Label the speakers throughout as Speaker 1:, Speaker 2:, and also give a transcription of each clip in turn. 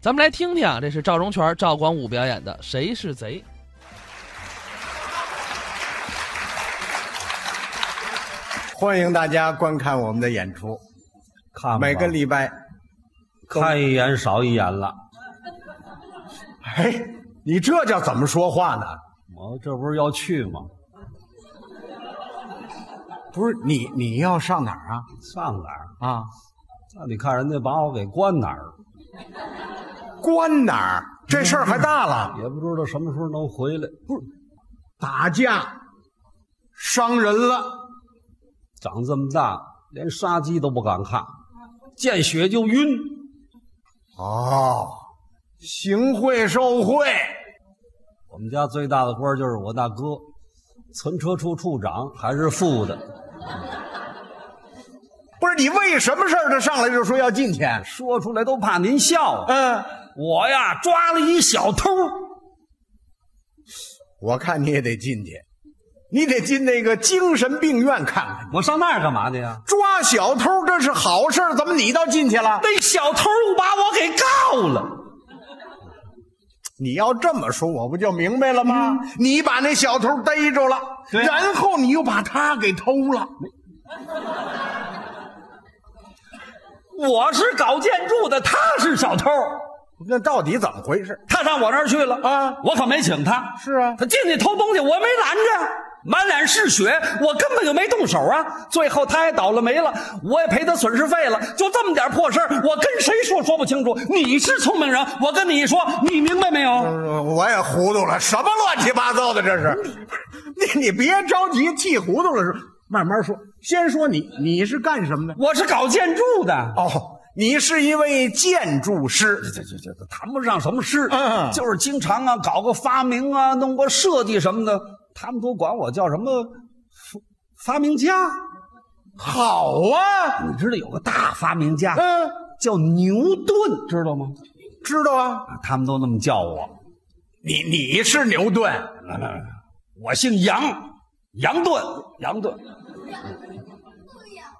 Speaker 1: 咱们来听听啊，这是赵荣全、赵广武表演的《谁是贼》。
Speaker 2: 欢迎大家观看我们的演出，
Speaker 3: 看吧
Speaker 2: 每个礼拜。
Speaker 3: 看一眼少一眼了。
Speaker 2: 哎，你这叫怎么说话呢？
Speaker 3: 我这不是要去吗？
Speaker 2: 不是你，你要上哪儿啊？
Speaker 3: 上哪儿？
Speaker 2: 啊，
Speaker 3: 那你看人家把我给关哪儿，
Speaker 2: 关哪儿？这事儿还大了，
Speaker 3: 也不知道什么时候能回来。不是，
Speaker 2: 嗯打架，伤人了，
Speaker 3: 长这么大连杀鸡都不敢看，见血就晕。
Speaker 2: 哦，行贿受贿，
Speaker 3: 我们家最大的官就是我大哥，存车处处长还是副的，
Speaker 2: 不是你为什么事儿？他上来就说要进去，啊
Speaker 3: 说出来都怕您笑。啊
Speaker 2: 嗯，
Speaker 3: 哎我呀抓了一小偷，
Speaker 2: 我看你也得进去，你得进那个精神病院看看。
Speaker 3: 我上那儿干嘛去啊呀？
Speaker 2: 抓小偷这是好事儿，怎么你倒进去了？
Speaker 3: 那小偷把我给告了。
Speaker 2: 你要这么说，我不就明白了吗？你把那小偷逮着了，
Speaker 3: 对
Speaker 2: 然后你又把他给偷了，
Speaker 3: 我是搞建筑的，他是小偷，
Speaker 2: 那到底怎么回事？
Speaker 3: 他上我那儿去了
Speaker 2: 啊
Speaker 3: 我可没请他。
Speaker 2: 是啊
Speaker 3: 他进去偷东西，我没拦着，满脸是血，我根本就没动手啊。最后他也倒了霉了，我也赔他损失费了，就这么点破事儿我跟谁说说不清楚。你是聪明人，我跟你说，你明白没有？
Speaker 2: 我也糊涂了，什么乱七八糟的这是？你你别着急，气糊涂了是，慢慢说。先说你，你是干什么的？
Speaker 3: 我是搞建筑的，
Speaker 2: 哦，你是一位建筑师，
Speaker 3: 这这这这谈不上什么事，
Speaker 2: 嗯
Speaker 3: 就是经常啊搞个发明啊，弄个设计什么的，他们都管我叫什么发发明家。
Speaker 2: 好啊，
Speaker 3: 你知道有个大发明家，
Speaker 2: 嗯，
Speaker 3: 叫牛顿，知道吗？
Speaker 2: 知道啊。
Speaker 3: 啊他们都那么叫我。
Speaker 2: 你你是牛顿，
Speaker 3: 我姓杨，杨顿，杨顿。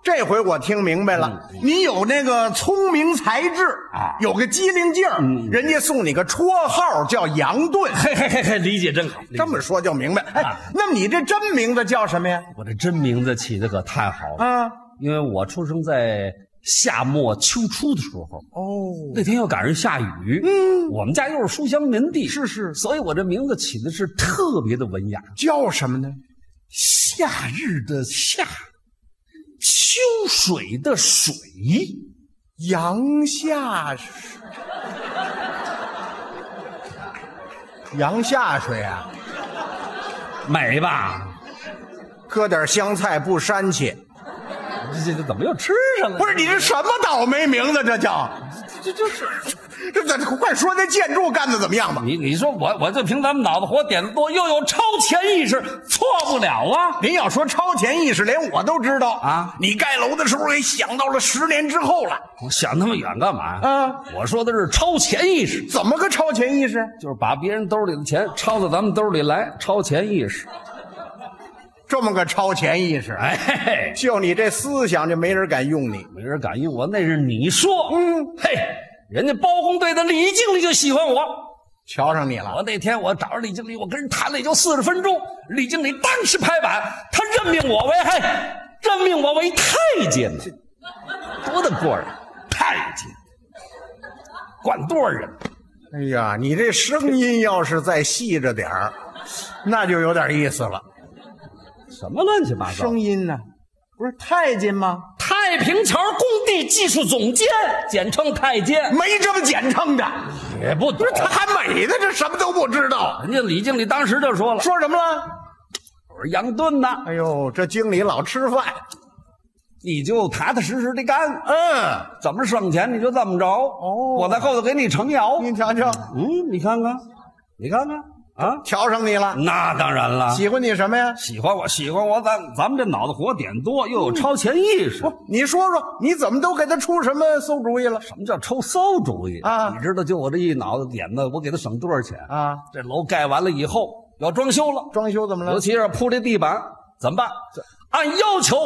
Speaker 2: 这回我听明白了，你有那个聪明才智
Speaker 3: 啊
Speaker 2: 有个机灵劲儿，人家送你个绰号叫杨顿。
Speaker 3: 嘿嘿嘿嘿，理解真好。
Speaker 2: 这么说就明白。
Speaker 3: 啊
Speaker 2: 哎，那么你这真名字叫什么呀？
Speaker 3: 我这真名字起的可太好了，
Speaker 2: 啊，
Speaker 3: 因为我出生在夏末秋初的时候，
Speaker 2: 哦，
Speaker 3: 那天又赶上下雨。嗯，我们家又是书香门第，
Speaker 2: 是是
Speaker 3: 所以我这名字起的是特别的文雅。
Speaker 2: 叫什么呢？
Speaker 3: 夏日的夏，秋水的水。
Speaker 2: 杨下 水，杨下水啊，
Speaker 3: 美吧？
Speaker 2: 搁点香菜不膻气。
Speaker 3: 这这这怎么又吃上了？
Speaker 2: 不是你这什么倒霉名字？这叫
Speaker 3: 这这是
Speaker 2: 这这这快说那建筑干的怎么样吧？
Speaker 3: 你你说我我就凭咱们脑子活点子多，又有超前意识，错不了啊！
Speaker 2: 您要说超前意识，连我都知道
Speaker 3: 啊
Speaker 2: 你盖楼的时候也想到了十年之后了，
Speaker 3: 我想那么远干嘛？
Speaker 2: 啊，
Speaker 3: 我说的是超前意识，
Speaker 2: 怎么个超前意识？
Speaker 3: 就是把别人兜里的钱抄到咱们兜里来，超前意识。
Speaker 2: 这么个超前意识，
Speaker 3: 哎，嘿嘿，
Speaker 2: 就你这思想，就没人敢用你。
Speaker 3: 没人敢用我，那是你说。
Speaker 2: 嗯，
Speaker 3: 嘿，人家包工队的李经理就喜欢我。
Speaker 2: 瞧上你了，
Speaker 3: 我那天我找着李经理，我跟人谈了也就四十分钟，李经理当时拍板，他任命我为嘿，任命我为太监呢，多大官儿啊，太监，管多少人？
Speaker 2: 哎呀，你这声音要是再细着点儿，那就有点意思了。
Speaker 3: 什么乱七八糟？
Speaker 2: 声音呢？不是太监吗？
Speaker 3: 太平桥工地技术总监，简称太监，
Speaker 2: 没这么简称的，
Speaker 3: 也不懂。
Speaker 2: 他还美的，这什么都不知道。
Speaker 3: 人家李经理当时就说了
Speaker 2: 说什么了？：“
Speaker 3: 我说杨盾呐，
Speaker 2: 哎呦，这经理老吃饭。
Speaker 3: 你就踏踏实实的干，
Speaker 2: 嗯，
Speaker 3: 怎么省钱你就怎么着。
Speaker 2: 哦
Speaker 3: 我在后头给你撑腰。
Speaker 2: 您瞧瞧，
Speaker 3: 嗯，你看看，你看看啊，
Speaker 2: 瞧上你了，
Speaker 3: 那当然了，
Speaker 2: 喜欢你什么呀？
Speaker 3: 喜欢我，喜欢我，咱咱们这脑子活点多，又有
Speaker 2: 嗯
Speaker 3: 超前意识。
Speaker 2: 你说说，你怎么都给他出什么馊主意了？
Speaker 3: 什么叫抽馊主意
Speaker 2: 啊
Speaker 3: 你知道，就我这一脑子点子，我给他省多少钱？
Speaker 2: 啊，
Speaker 3: 这楼盖完了以后要装修了，
Speaker 2: 装修怎么
Speaker 3: 尤
Speaker 2: 了？
Speaker 3: 其是铺这地板，怎么办？按要求，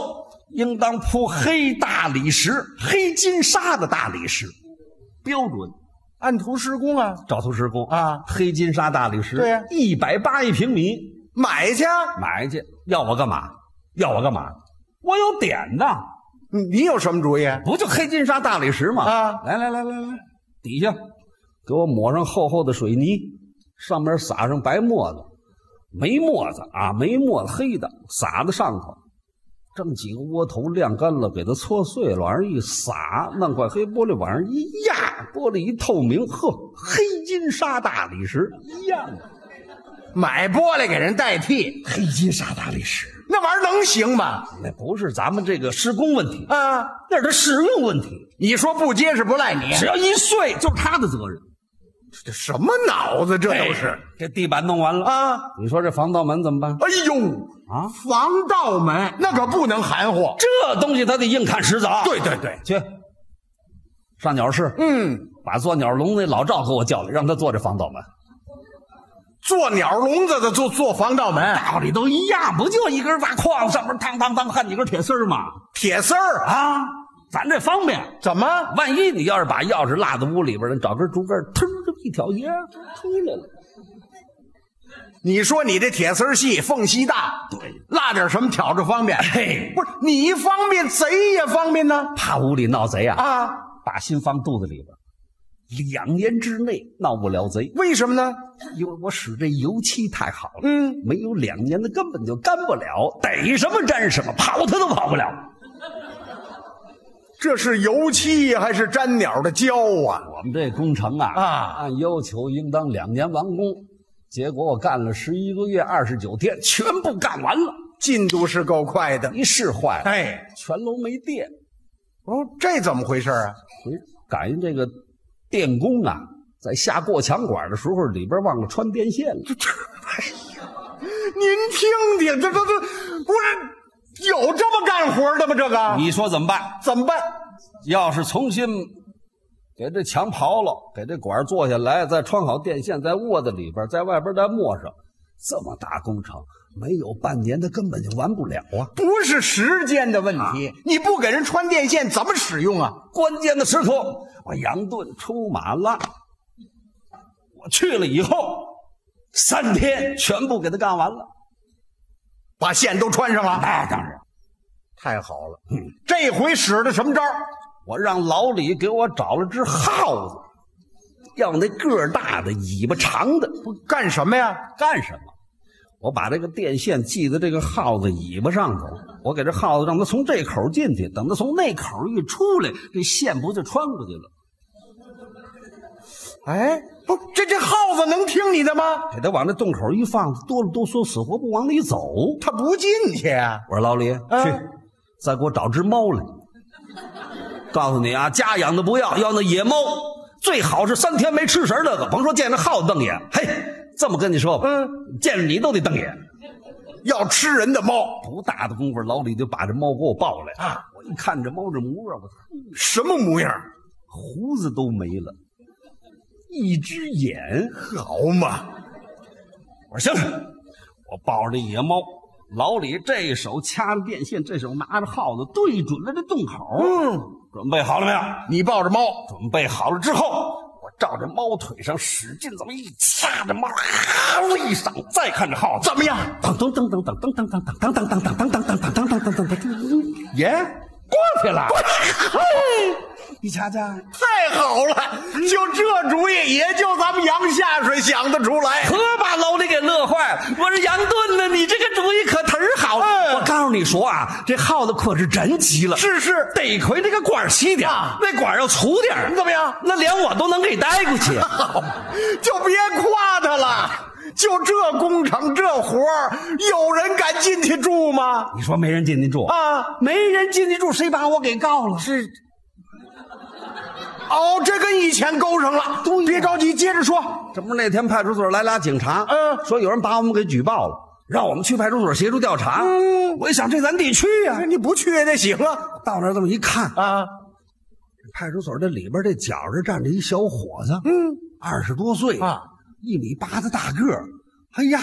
Speaker 3: 应当铺黑大理石、黑金沙的大理石，标准。
Speaker 2: 按图施工啊，
Speaker 3: 找图施工
Speaker 2: 啊
Speaker 3: 黑金沙大理石，
Speaker 2: 对呀
Speaker 3: 一百八一平米，
Speaker 2: 买去啊。
Speaker 3: 买去，要我干嘛？要我干嘛？我有点子，
Speaker 2: 你你有什么主意？
Speaker 3: 不就黑金沙大理石吗？
Speaker 2: 啊
Speaker 3: 来来来来来，底下给我抹上厚厚的水泥，上面撒上白沫子，没沫子啊，没沫子黑的，撒在上头。挣几个窝头晾干了，给它搓碎了，往上一撒，弄块黑玻璃往上一压，玻璃一透明，呵，黑金沙大理石一样的
Speaker 2: 买玻璃给人代替，
Speaker 3: 黑金沙大理石，
Speaker 2: 那玩意儿能行吗？
Speaker 3: 那不是咱们这个施工问题，
Speaker 2: 啊，
Speaker 3: 那是它使用问题。
Speaker 2: 你说不结实不赖你，
Speaker 3: 只要一碎，就是他的责任。
Speaker 2: 这什么脑子这都是
Speaker 3: 这地板弄完了，
Speaker 2: 啊！
Speaker 3: 你说这防盗门怎么办
Speaker 2: 哎呦，
Speaker 3: 啊？
Speaker 2: 防盗门那可不能含糊。
Speaker 3: 这东西它得硬看实凿。，
Speaker 2: 对对对，
Speaker 3: 去上鸟市，
Speaker 2: 嗯，
Speaker 3: 把做鸟笼那老赵给我叫来，让他做这防盗门。
Speaker 2: 做鸟笼子的做做防盗门，
Speaker 3: 道理都一样，不就一根大框上面当当当焊几根铁丝儿吗？
Speaker 2: 铁丝儿啊
Speaker 3: 啊，咱这方便。
Speaker 2: 怎么
Speaker 3: 万一你要是把钥匙落在屋里边儿，你找根竹竿儿，腾这么一挑耶，出来了。
Speaker 2: 你说你这铁丝儿细，缝隙大，
Speaker 3: 对，
Speaker 2: 落点什么挑着方便。
Speaker 3: 嘿
Speaker 2: 不是你一方便，贼也方便呢
Speaker 3: 怕屋里闹贼啊，
Speaker 2: 啊？
Speaker 3: 把心放肚子里边儿，两年之内闹不了贼。
Speaker 2: 为什么呢？
Speaker 3: 因为我使这油漆太好了，
Speaker 2: 嗯，
Speaker 3: 没有两年的根本就干不了，逮什么粘什么，跑它都跑不了。
Speaker 2: 这是油漆还是粘鸟的胶啊？
Speaker 3: 我们这工程啊，
Speaker 2: 啊
Speaker 3: 按要求应当两年完工，结果我干了十一个月二十九天，全部干完了，
Speaker 2: 进度是够快的。
Speaker 3: 一试坏了，
Speaker 2: 哎，
Speaker 3: 全楼没电。
Speaker 2: 哦，这怎么回事啊？
Speaker 3: 回赶上这个电工啊，在下过墙管的时候，里边忘了穿电线了。
Speaker 2: 您听听，这这这不是有这么干活的吗？这个
Speaker 3: 你说怎么办？
Speaker 2: 怎么办？
Speaker 3: 要是重新给这墙刨了，给这管做下来，再穿好电线，再卧在里边，在外边再抹上，这么大工程，没有半年它根本就完不了啊！
Speaker 2: 不是时间的问题，你不给人穿电线怎么使用啊？
Speaker 3: 关键的时刻，我杨盾出马拉，我去了以后，三天全部给他干完了。
Speaker 2: 把线都穿上了，
Speaker 3: 那当然，
Speaker 2: 太好了。这回使的什么招？
Speaker 3: 我让老李给我找了只耗子，要那个儿大的，尾巴长的。
Speaker 2: 不干什么呀？
Speaker 3: 干什么？我把这个电线系在这个耗子尾巴上头，我给这耗子让它从这口进去，等它从那口一出来，这线不就穿过去了？
Speaker 2: 哎，不，这这耗子能听你的吗？
Speaker 3: 给它往那洞口一放，哆了哆嗦，死活不往里走。
Speaker 2: 它不进去啊。
Speaker 3: 我说老李，去，再给我找只猫来。告诉你啊，家养的不要，要那野猫，最好是三天没吃食儿那个，甭说见着耗子瞪眼。嘿，这么跟你说吧，
Speaker 2: 嗯，
Speaker 3: 见着你都得瞪眼。
Speaker 2: 要吃人的猫，
Speaker 3: 不大的功夫，老李就把这猫给我抱来
Speaker 2: 啊！
Speaker 3: 我一看这猫这模样，我
Speaker 2: 什么模样？
Speaker 3: 胡子都没了，一只眼。
Speaker 2: 好嘛，
Speaker 3: 我说行了，我抱着这野猫，老李这一手掐着电线，这手拿着耗子，对准了这洞口。
Speaker 2: 嗯，
Speaker 3: 准备好了没有？
Speaker 2: 你抱着猫，
Speaker 3: 准备好了之后，我照着猫腿上使劲这么一掐，这猫嗷一声，再看这耗子，
Speaker 2: 怎么样？
Speaker 3: 噔噔噔噔噔噔噔噔噔噔噔噔噔噔噔噔噔噔噔噔，
Speaker 2: 耶，
Speaker 3: 过去了。你瞧瞧，
Speaker 2: 太好了，就这主意，也就咱们杨下水想得出来。
Speaker 3: 可把老李给乐坏了。我说杨盾呢，你这个主意可忒儿好了。
Speaker 2: 嗯
Speaker 3: 我告诉你说啊，这耗子哎可是真急了，
Speaker 2: 是是，
Speaker 3: 得亏这个管儿细点儿，
Speaker 2: 啊
Speaker 3: 那管儿要粗点儿
Speaker 2: 怎么样？
Speaker 3: 那连我都能给带过去。
Speaker 2: 就别夸他了。就这工程这活儿，有人敢进去住吗？
Speaker 3: 你说没人进得住？
Speaker 2: 啊，
Speaker 3: 没人进得住，谁把我给告了？是
Speaker 2: 哦，这跟以前勾上了。别着急，接着说。
Speaker 3: 这不是那天派出所来俩警察，
Speaker 2: 嗯
Speaker 3: 说有人把我们给举报了，让我们去派出所协助调查。嗯，我一想这咱得去呀、
Speaker 2: 你不去也得行啊。
Speaker 3: 到那儿这么一看，
Speaker 2: 啊，
Speaker 3: 派出所这里边这角这站着一小伙子，
Speaker 2: 嗯，
Speaker 3: 二十多岁
Speaker 2: 啊，
Speaker 3: 一米八的大个儿，哎呀，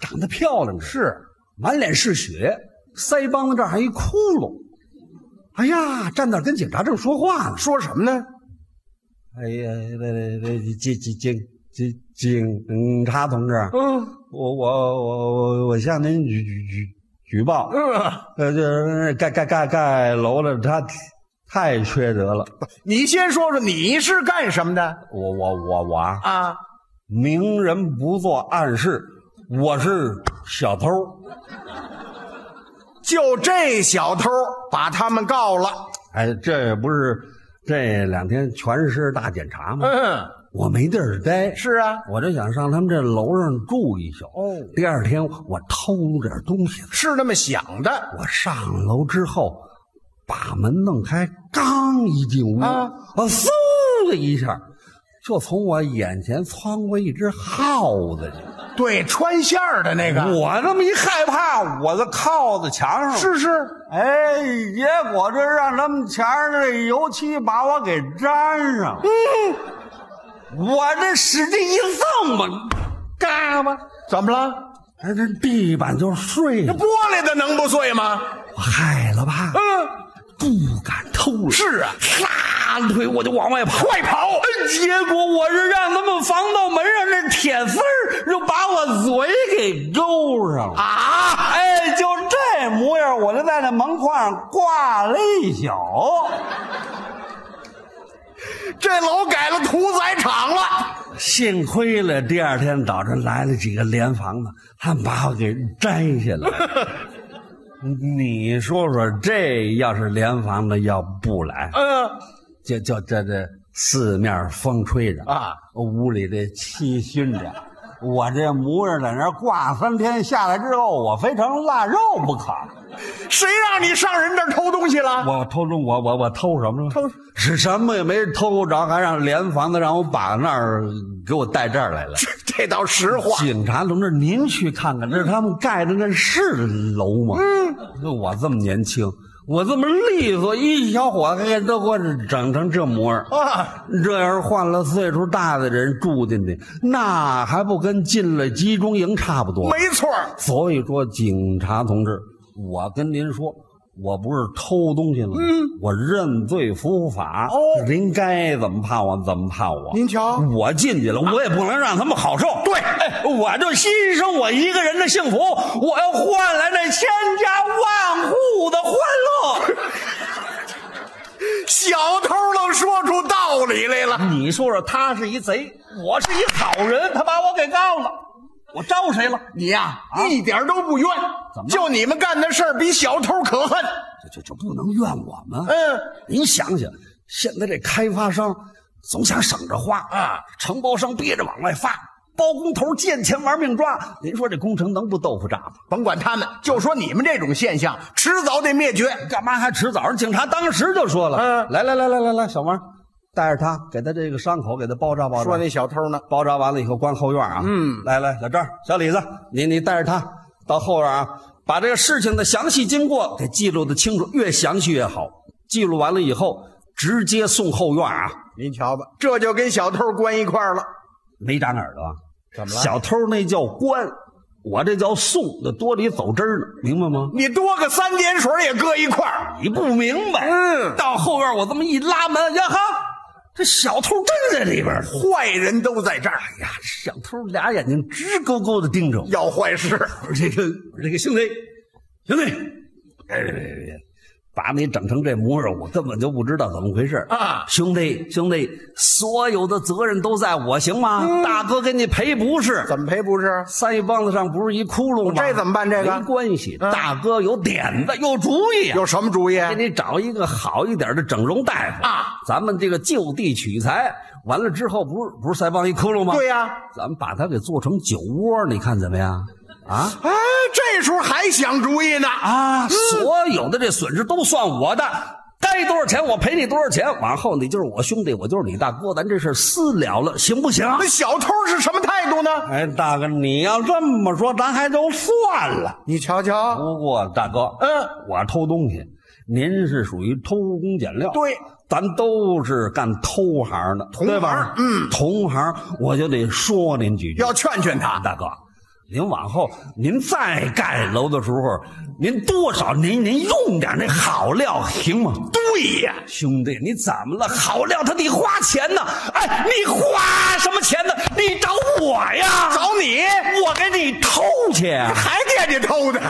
Speaker 3: 长得漂亮着
Speaker 2: 是，
Speaker 3: 满脸是血，腮帮子这儿还一窟窿，哎呀，站那儿跟警察正说话呢，
Speaker 2: 说什么呢？
Speaker 3: 哎呀，那那那警警警警警察同志，
Speaker 4: 嗯
Speaker 3: 我我我我我向您举举举举报，
Speaker 4: 嗯，
Speaker 2: 啊
Speaker 3: 呃，就是盖盖盖盖楼的他太缺德了，
Speaker 2: 你先说说你是干什么的
Speaker 3: 我我我我啊，
Speaker 2: 啊？
Speaker 3: 明人不做暗事，我是小偷，
Speaker 2: 就这小偷把他们告了。
Speaker 3: 哎，这不是这两天全市大检查吗？
Speaker 2: 嗯，
Speaker 3: 我没地儿待，
Speaker 2: 是啊，
Speaker 3: 我就想上他们这楼上住一宿。
Speaker 2: 哦
Speaker 3: 第二天我偷点东西，
Speaker 2: 是那么想的。
Speaker 3: 我上楼之后把门弄开，刚一进屋，
Speaker 2: 啊
Speaker 3: 我嗖的一下，就从我眼前窜过一只耗子去。
Speaker 2: 对，穿线儿的那个
Speaker 3: 我这么一害怕，我就靠在墙上了。
Speaker 2: 是是，
Speaker 3: 哎，结果这让他们墙上这油漆把我给粘上了。
Speaker 4: 我这使劲一蹭吧，嘎巴，
Speaker 2: 怎么了？
Speaker 3: 哎，这地板就碎
Speaker 2: 那
Speaker 3: 了，
Speaker 2: 玻璃的能不碎吗？
Speaker 3: 我害了吧？
Speaker 4: 嗯，
Speaker 3: 不敢偷了。
Speaker 2: 是啊，
Speaker 4: 撒腿我就往外跑，快跑！
Speaker 3: 哎
Speaker 4: 结果我是让他们防盗门
Speaker 3: 啊
Speaker 4: 上那铁丝儿就把我嘴给
Speaker 3: 勾上了，
Speaker 2: 啊，
Speaker 3: 哎，就这模样，我就在那门框上挂了一宿。
Speaker 2: 这楼改了屠宰场了。
Speaker 3: 幸亏了，第二天早晨来了几个联防的，他们把我给摘下来了。 你说说，这要是联防的要不来，
Speaker 2: 嗯
Speaker 3: 就就这这四面风吹着
Speaker 2: 啊，
Speaker 3: 屋里这气熏着，我这模样在那儿挂三天，下来之后我非成腊肉不可。
Speaker 2: 谁让你上人这儿偷东西了？
Speaker 3: 我偷中我我我偷什么了？
Speaker 2: 偷
Speaker 3: 是什么也没偷着，还让联防的让我把那儿给我带这儿来了。
Speaker 2: 这倒实话。
Speaker 3: 警察同志，您去看看，这是他们盖的那是楼吗？嗯，就我这么年轻，我这么利索，一小伙子给都给我整成这模样。
Speaker 2: 啊，
Speaker 3: 这要是换了岁数大的人住进去，那还不跟进了集中营差不多？
Speaker 2: 没错儿
Speaker 3: 所以说，警察同志，我跟您说，我不是偷东西了吗？我认罪伏法。
Speaker 2: 嗯哦
Speaker 3: 您该怎么判我怎么判我。
Speaker 2: 您瞧
Speaker 3: 我进去了，我也不能让他们好受。
Speaker 2: 嗯对
Speaker 3: 哎，我就牺牲我一个人的幸福，我要换来那千家万户的欢 乐。
Speaker 2: 小偷都说出道理来了。
Speaker 4: 你说说，他是一贼，我是一好人，他把我给告了，我招谁了？
Speaker 2: 你呀、一点都不冤。啊怎么？就你们干的事儿比小偷可恨。
Speaker 3: 这这这不能怨我们。
Speaker 2: 嗯，
Speaker 3: 您想想，现在这开发商总想省着花啊，承包商憋着往外发，包工头见钱玩命抓。您说这工程能不豆腐渣吗？
Speaker 2: 甭管他们，就说你们这种现象，迟早得灭绝。
Speaker 3: 干嘛还迟早？警察当时就说了，
Speaker 2: 嗯
Speaker 3: 来来来来来来，小王，带着他给他这个伤口给他包扎包扎。
Speaker 2: 说那小偷呢？
Speaker 3: 包扎完了以后关后院啊，嗯，来来，小张、小李子，你你带着他到后院啊，把这个事情的详细经过给记录的清楚，越详细越好。记录完了以后，直接送后院啊。
Speaker 2: 您瞧吧，这就跟小偷关一块儿了。
Speaker 3: 没长耳朵，怎么了？小偷那叫关，我这叫送，就多里走汁儿呢，明白吗？
Speaker 2: 你多个三点水也搁一块儿。
Speaker 3: 你不明白，嗯，到后院我这么一拉门，呀哈，这小偷真在里边儿呢。
Speaker 2: 坏人都在这儿
Speaker 3: 哎呀，小偷俩眼睛直勾勾的盯着我，
Speaker 2: 要坏事，
Speaker 3: 我说这个我说这个兄弟，兄弟，哎别别别别，把你整成这模样，我根本就不知道怎么回事
Speaker 2: 啊
Speaker 3: 兄弟兄弟，所有的责任都在我，行吗？大哥给你赔不是，
Speaker 2: 怎么赔不是？
Speaker 3: 三一帮子上不是一窟窿吗？
Speaker 2: 这怎么办这个
Speaker 3: 没关系，大哥有点子，有主意啊
Speaker 2: 有什么主意？
Speaker 3: 给你找一个好一点的整容大夫
Speaker 2: 啊！
Speaker 3: 咱们这个就地取材，完了之后不是不是腮帮一窟窿吗？
Speaker 2: 对呀、
Speaker 3: 咱们把它给做成酒窝，你看怎么样？啊
Speaker 2: 哎，这时候还想主意呢啊！
Speaker 3: 啊！所有的这损失都算我的，该多少钱我赔你多少钱。往后你就是我兄弟，我就是你大哥，咱这事儿私了了，行不行？
Speaker 2: 那小偷是什么态度呢？
Speaker 3: 哎，大哥，你要这么说，咱还就算了。
Speaker 2: 你瞧瞧，
Speaker 3: 不过大哥，
Speaker 2: 嗯，
Speaker 3: 我偷东西，您是属于偷工减料。
Speaker 2: 对，
Speaker 3: 咱都是干偷行的，
Speaker 2: 同行
Speaker 3: 对吧？嗯，同行，我就得说您几句。
Speaker 2: 要劝劝他。
Speaker 3: 大哥，您往后您再盖楼的时候，您多少您您用点那好料行吗？
Speaker 5: 对呀，
Speaker 3: 兄弟，你怎么了？好料他得花钱呐！
Speaker 5: 哎，你花什么钱呢？你找我呀？
Speaker 2: 找你
Speaker 5: 我给你偷
Speaker 3: 去啊
Speaker 2: 还惦记偷的。